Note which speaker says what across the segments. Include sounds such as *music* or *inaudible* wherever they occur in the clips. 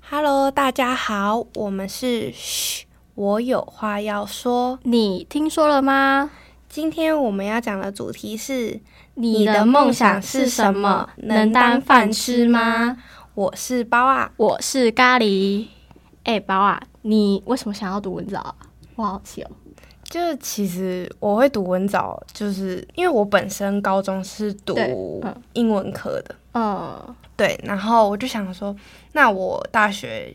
Speaker 1: Hello，大家好，我们是嘘，我有话要说。
Speaker 2: 你听说了吗？
Speaker 1: 今天我们要讲的主题是：
Speaker 2: 你的梦想是什么？能当饭吃吗？？
Speaker 1: 我是包啊，
Speaker 2: 我是咖喱。哎、宝啊，你为什么想要读文藻啊？我好奇哦。
Speaker 1: 就是其实我会读文藻，就是因为我本身高中是
Speaker 2: 对
Speaker 1: 读
Speaker 2: 嗯
Speaker 1: 英文科的，
Speaker 2: 嗯，
Speaker 1: 对，然后我就想说，那我大学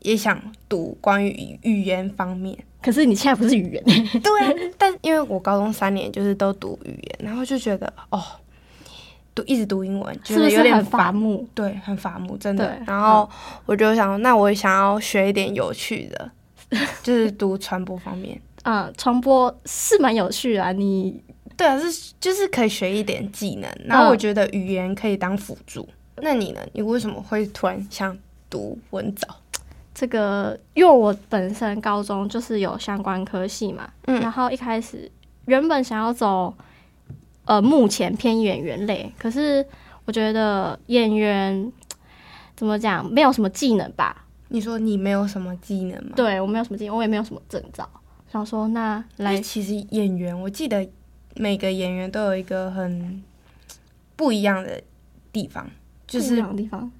Speaker 1: 也想读关于语语言方 *laughs* 面，
Speaker 2: 可是你现在不是语言，
Speaker 1: 对啊，但因为我高中三年就是都读语言，然后就觉得哦，读一直读英文，觉
Speaker 2: 是不
Speaker 1: 得有
Speaker 2: 是
Speaker 1: 点
Speaker 2: 很
Speaker 1: 乏
Speaker 2: 伐木？
Speaker 1: 对，很乏木，真的
Speaker 2: 对。
Speaker 1: 然后我就想，那我想要学一点有趣的，就是读传播方面。
Speaker 2: 嗯，传播是蛮有趣的啊。你
Speaker 1: *laughs* 对啊，是就是可以学一点技能，然后我
Speaker 2: 嗯
Speaker 1: 觉得语言可以当辅助。那你呢？你为什么会突然想读文藻？
Speaker 2: 这个，因为我本身高中就是有相关科系嘛，
Speaker 1: 嗯
Speaker 2: 然后一开始原本想要走呃目前偏演员类，可是我觉得演员怎么讲，没有什么技能吧，
Speaker 1: 你说你没有什么技能吗？，
Speaker 2: 对我没有什么经验，我也没有什么证照，想说那
Speaker 1: 来，
Speaker 2: 来，
Speaker 1: 其实演员，我记得每个演员都有一个很不一样的地方，就
Speaker 2: 不一
Speaker 1: 是
Speaker 2: 样的地方，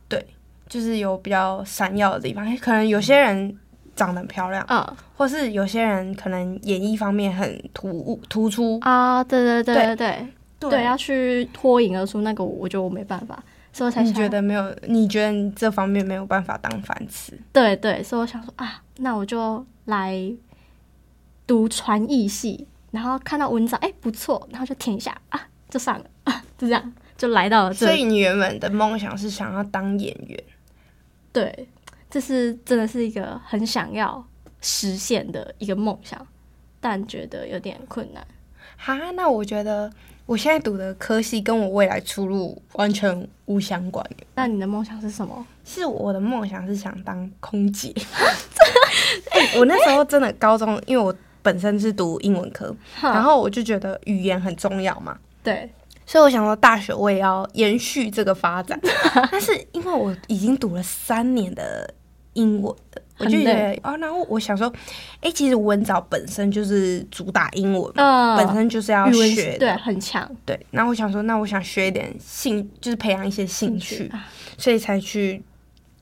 Speaker 1: 就是有比较闪耀的地方。可能有些人长得很漂亮。
Speaker 2: 嗯
Speaker 1: 或是有些人可能演艺方面很突兀突出，
Speaker 2: 啊，对对对
Speaker 1: 对
Speaker 2: 对对
Speaker 1: 对
Speaker 2: 对，要去脱颖而出，那个我我觉得我没办法，所以我才
Speaker 1: 你
Speaker 2: 想
Speaker 1: 觉得没有？你觉得你这方面没有办法当饭吃？
Speaker 2: 对对，所以我想说啊，那我就来读传译系，然后看到文章，哎不错，然后就填一下啊，就上了，啊、就这样就来到了这，
Speaker 1: 所以你原本的梦想是想要当演员，
Speaker 2: 对，这是真的是一个很想要实现的一个梦想，但觉得有点困难。
Speaker 1: 哈？那我觉得我现在读的科系跟我未来出路完全无相关。
Speaker 2: 那你的梦想是什么？
Speaker 1: 是我的梦想是想当空
Speaker 2: *laughs*
Speaker 1: 姐。哎、我那时候真的高中，因为我本身是读英文科，
Speaker 2: 哼
Speaker 1: 然后我就觉得语言很重要嘛，
Speaker 2: 对，
Speaker 1: 所以我想说，大学我也要延续这个发
Speaker 2: *laughs*
Speaker 1: 展，但是因为我已经读了三年的英文了，我就觉
Speaker 2: 很
Speaker 1: 得哦，然后我想说，哎、其实文藻本身就是主打英文嘛，
Speaker 2: 嗯
Speaker 1: 本身就是要
Speaker 2: 语文
Speaker 1: 学
Speaker 2: 对
Speaker 1: 的，
Speaker 2: 很强，
Speaker 1: 对然后我想说，那我想学一点兴，就是培养一些兴趣，所以才去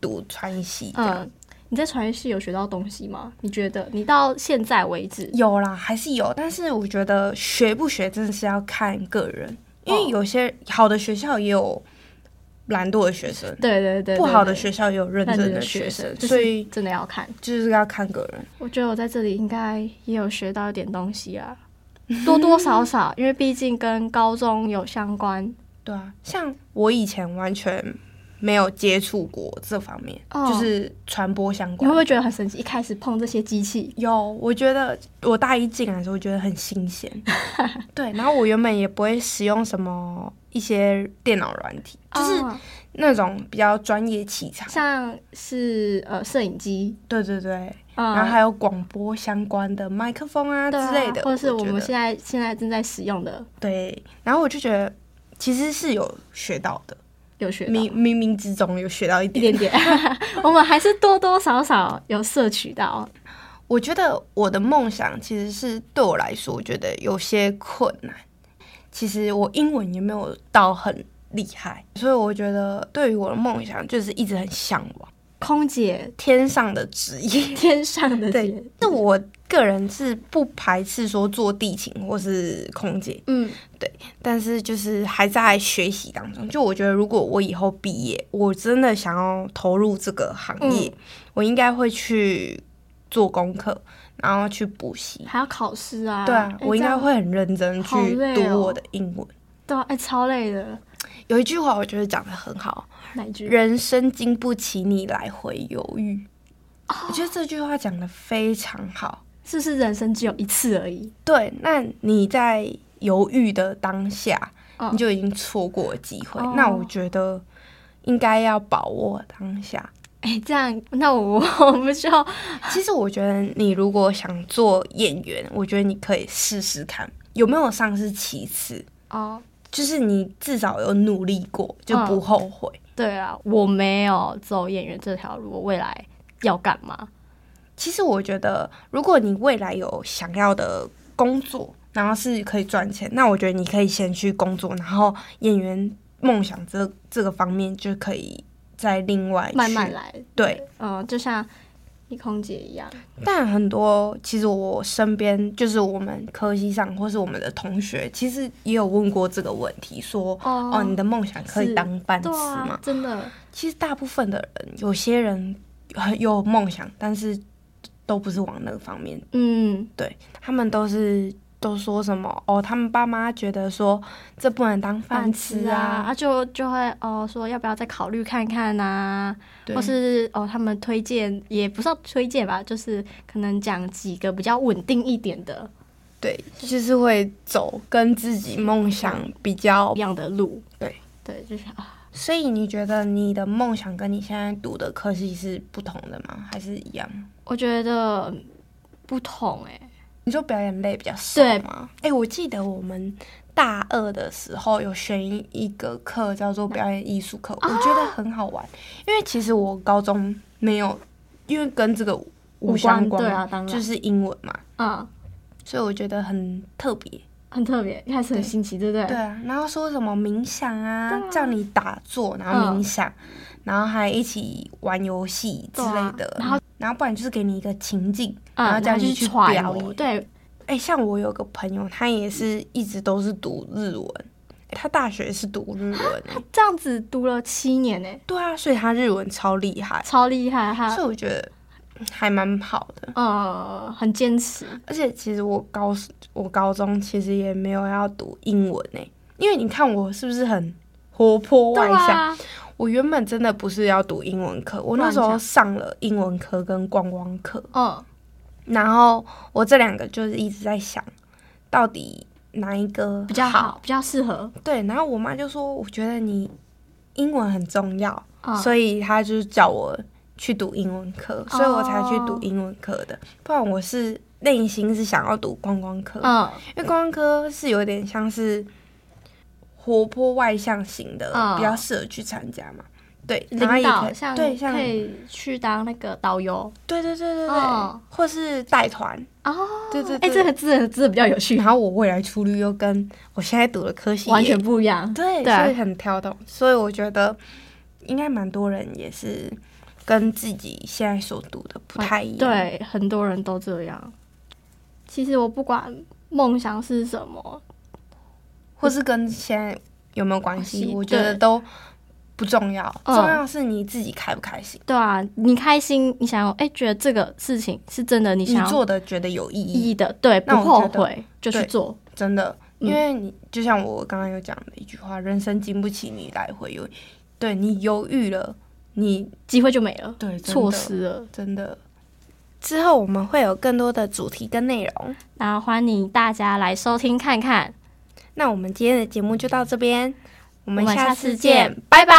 Speaker 1: 读川系这样。
Speaker 2: 啊嗯，你在传艺系有学到东西吗？你觉得你到现在为止，
Speaker 1: 有啦，还是有，但是我觉得学不学真的是要看个人，因为
Speaker 2: 哦
Speaker 1: 有些好的学校也有懒惰的学生，
Speaker 2: 对对对，
Speaker 1: 不好的
Speaker 2: 对
Speaker 1: 学校也有认
Speaker 2: 认
Speaker 1: 真
Speaker 2: 真
Speaker 1: 的
Speaker 2: 的
Speaker 1: 学
Speaker 2: 学
Speaker 1: 生，
Speaker 2: 就是
Speaker 1: 所以
Speaker 2: 真的要看。
Speaker 1: 就是要看个人。
Speaker 2: 我觉得我在这里应该也有学到一点东西啊，多多少少，因为毕竟跟高中有相关，
Speaker 1: 对啊，像我以前完全没有接触过这方面，
Speaker 2: 哦
Speaker 1: 就是传播相
Speaker 2: 你会
Speaker 1: 关
Speaker 2: 不。会觉得很神奇？一开始碰这些机器，
Speaker 1: 有，我觉得我大一进来的时候，我觉得很新
Speaker 2: *laughs*
Speaker 1: 鲜。对，然后我原本也不会使用什么一些电脑软体，就是
Speaker 2: 哦
Speaker 1: 那种比较专业器材。
Speaker 2: 像是呃摄影机，
Speaker 1: 对对对，
Speaker 2: 嗯
Speaker 1: 然后还有广播相关的麦克风啊之
Speaker 2: 对啊
Speaker 1: 类的，
Speaker 2: 或者是我
Speaker 1: 觉
Speaker 2: 们
Speaker 1: 得
Speaker 2: 现在现在正在使用的，
Speaker 1: 对，然后我就觉得其实是有学到的，
Speaker 2: 有学到
Speaker 1: 冥冥冥之中有学到一
Speaker 2: 一
Speaker 1: 点。*laughs*
Speaker 2: 点点，我们还是多多少少有摄取到。
Speaker 1: 我觉得我的梦想其实是对我来说，我觉得有些困难。其实我英文也没有到很厉害，所以我觉得对于我的梦想就是一直很向往
Speaker 2: 空姐
Speaker 1: 天上的职业。
Speaker 2: 天上的姐
Speaker 1: 对，，那我个人是不排斥说做地勤或是空姐，
Speaker 2: 嗯，
Speaker 1: 但是就是还在学习当中。就我觉得，如果我以后毕业，我真的想要投入这个行业，
Speaker 2: 嗯
Speaker 1: 我应该会去做功课，然后去补习。
Speaker 2: 还要考试啊。
Speaker 1: 对啊，
Speaker 2: 哎
Speaker 1: 我应该。
Speaker 2: 这样
Speaker 1: 会很认真去
Speaker 2: 好累哦
Speaker 1: 读我的英文。
Speaker 2: 对啊，哎，超累的。
Speaker 1: 有一句话我觉得讲的很好，
Speaker 2: 哪一句？
Speaker 1: 人生经不起你来回犹豫。我觉得这句话讲的非常好。
Speaker 2: 是不是人生只有一次而已？ *laughs*
Speaker 1: 对，那你在犹豫的当下，
Speaker 2: 嗯
Speaker 1: 你就已经错过了机会。
Speaker 2: 哦
Speaker 1: 那我觉得应该要把握当下，
Speaker 2: 哎、这样那我我们就
Speaker 1: 其实我觉得你如果想做演员，我觉得你可以试试看，有没有上是其次，
Speaker 2: 哦，
Speaker 1: 就是你至少有努力过，就
Speaker 2: 嗯
Speaker 1: 不后悔。
Speaker 2: 对啊，我没有走演员这条路，我未来要干嘛？
Speaker 1: 其实我觉得，如果你未来有想要的工作，然后是可以赚钱，那我觉得你可以先去工作，然后演员梦想这这个方面就可以再另外去
Speaker 2: 慢慢。来，
Speaker 1: 对，
Speaker 2: 嗯，就像一空姐一样，
Speaker 1: 但很多其实我身边就是我们科系上或是我们的同学，其实也有问过这个问题，说
Speaker 2: 哦
Speaker 1: 哦你的梦想可以
Speaker 2: 是
Speaker 1: 当饭吃
Speaker 2: 对
Speaker 1: 吗？
Speaker 2: 啊，真的，
Speaker 1: 其实大部分的人，有些人很有梦想，但是都不是往那个方面
Speaker 2: 嗯，
Speaker 1: 他们都是都说什么哦，他们爸妈觉得说这不能当饭吃
Speaker 2: 啊，
Speaker 1: 啊，
Speaker 2: 啊就就会哦说要不要再考虑看看啊，
Speaker 1: 对
Speaker 2: 或是哦他们推荐也不是要推荐吧，就是可能讲几个比较稳定一点的
Speaker 1: 对，就是会走跟自己梦想比较
Speaker 2: 一。样的路，
Speaker 1: 对
Speaker 2: 对，就是啊，
Speaker 1: 所以你觉得你的梦想跟你现在读的科系是不同的吗？还是一样？
Speaker 2: 我觉得不同哎、
Speaker 1: 你说表演类比较少
Speaker 2: 对
Speaker 1: 吗？哎、我记得我们大二的时候有选一个课叫做表演艺术课，
Speaker 2: 啊
Speaker 1: 我觉得很好玩，因为其实我高中没有，因为跟这个无相
Speaker 2: 无关
Speaker 1: 关，
Speaker 2: 对啊当然
Speaker 1: 就是英文嘛，
Speaker 2: 嗯，
Speaker 1: 所以我觉得很特别。
Speaker 2: 很特别，一开始很新奇，对不对？
Speaker 1: 对啊，然后说什么冥想啊，
Speaker 2: 对啊
Speaker 1: 叫你打坐，然后冥想，然后还一起玩游戏之类的
Speaker 2: 对啊，然后
Speaker 1: 然后不然就是给你一个情境，
Speaker 2: 嗯，
Speaker 1: 然后叫
Speaker 2: 就
Speaker 1: 你
Speaker 2: 去揣
Speaker 1: 表
Speaker 2: 摩，
Speaker 1: 演。
Speaker 2: 对，
Speaker 1: 哎、像我有个朋友，他也是一直都是读日文，哎他大学是读日文、欸，
Speaker 2: 这样子读了七年哎、
Speaker 1: *laughs* 对啊，所以他日文超厉害，
Speaker 2: 超厉害哈
Speaker 1: 所，以我觉得还蛮好的。
Speaker 2: 呃，很坚持，
Speaker 1: 而且其实我高我高中其实也没有要读英文诶、因为你看我是不是很活泼外
Speaker 2: 对
Speaker 1: 向？
Speaker 2: 啊，
Speaker 1: 我原本真的不是要读英文课，我那时
Speaker 2: 乱
Speaker 1: 候
Speaker 2: 想
Speaker 1: 上了英文课跟观光课，
Speaker 2: 嗯，
Speaker 1: 然后我这两个就是一直在想，到底哪一个
Speaker 2: 比较
Speaker 1: 好
Speaker 2: 好，比较适合，
Speaker 1: 对，然后我妈就说，我觉得你英文很重要，
Speaker 2: 嗯，
Speaker 1: 所以她就是叫我去读英文课，所以我才去读
Speaker 2: 哦
Speaker 1: 英文课的。不然我是内心是想要读观光科，
Speaker 2: 嗯，
Speaker 1: 因为观光科是有点像是活泼外向型的，
Speaker 2: 嗯
Speaker 1: 比较适合去参加嘛。对，然后
Speaker 2: 领
Speaker 1: 也可
Speaker 2: 导
Speaker 1: 以
Speaker 2: 像
Speaker 1: 对像
Speaker 2: 可以去当那个导游
Speaker 1: 对对对对对，
Speaker 2: 嗯
Speaker 1: 或是带团，
Speaker 2: 哦，
Speaker 1: 对对
Speaker 2: 哎、
Speaker 1: 对
Speaker 2: 这个字真的比较有趣
Speaker 1: 然，后我未来出路又跟我现在读的科系
Speaker 2: 完
Speaker 1: 也
Speaker 2: 全不一样，
Speaker 1: 对，
Speaker 2: 对啊
Speaker 1: 所以很跳动。所以我觉得应该蛮多人也是跟自己现在所读的不太一样。，
Speaker 2: 嗯对，很多人都这样。其实我不管梦想是什么，
Speaker 1: 或是跟现在有没有关系，
Speaker 2: 关系
Speaker 1: 我觉得
Speaker 2: 对
Speaker 1: 都不重要，
Speaker 2: 嗯
Speaker 1: 重要是你自己开不开心，
Speaker 2: 对啊，你开心，你想要，哎、觉得这个事情是真的，你
Speaker 1: 你
Speaker 2: 想要
Speaker 1: 做的觉得有意
Speaker 2: 意
Speaker 1: 义，
Speaker 2: 义的，对，不
Speaker 1: 那我
Speaker 2: 后
Speaker 1: 觉得
Speaker 2: 悔就去
Speaker 1: 对
Speaker 2: 做，
Speaker 1: 真的。
Speaker 2: 嗯
Speaker 1: 因为你就像我刚刚有讲的一句话，人生经不起你来回犹豫，对你犹豫了，你
Speaker 2: 机会就没了，
Speaker 1: 对
Speaker 2: 错失了。
Speaker 1: 真的。之后我们会有更多的主题跟内容。
Speaker 2: 那欢迎大家来收听看看，
Speaker 1: 那我们今天的节目就到这边，我们
Speaker 2: 我们
Speaker 1: 下
Speaker 2: 下
Speaker 1: 次
Speaker 2: 次
Speaker 1: 见
Speaker 2: 见，
Speaker 1: 拜拜。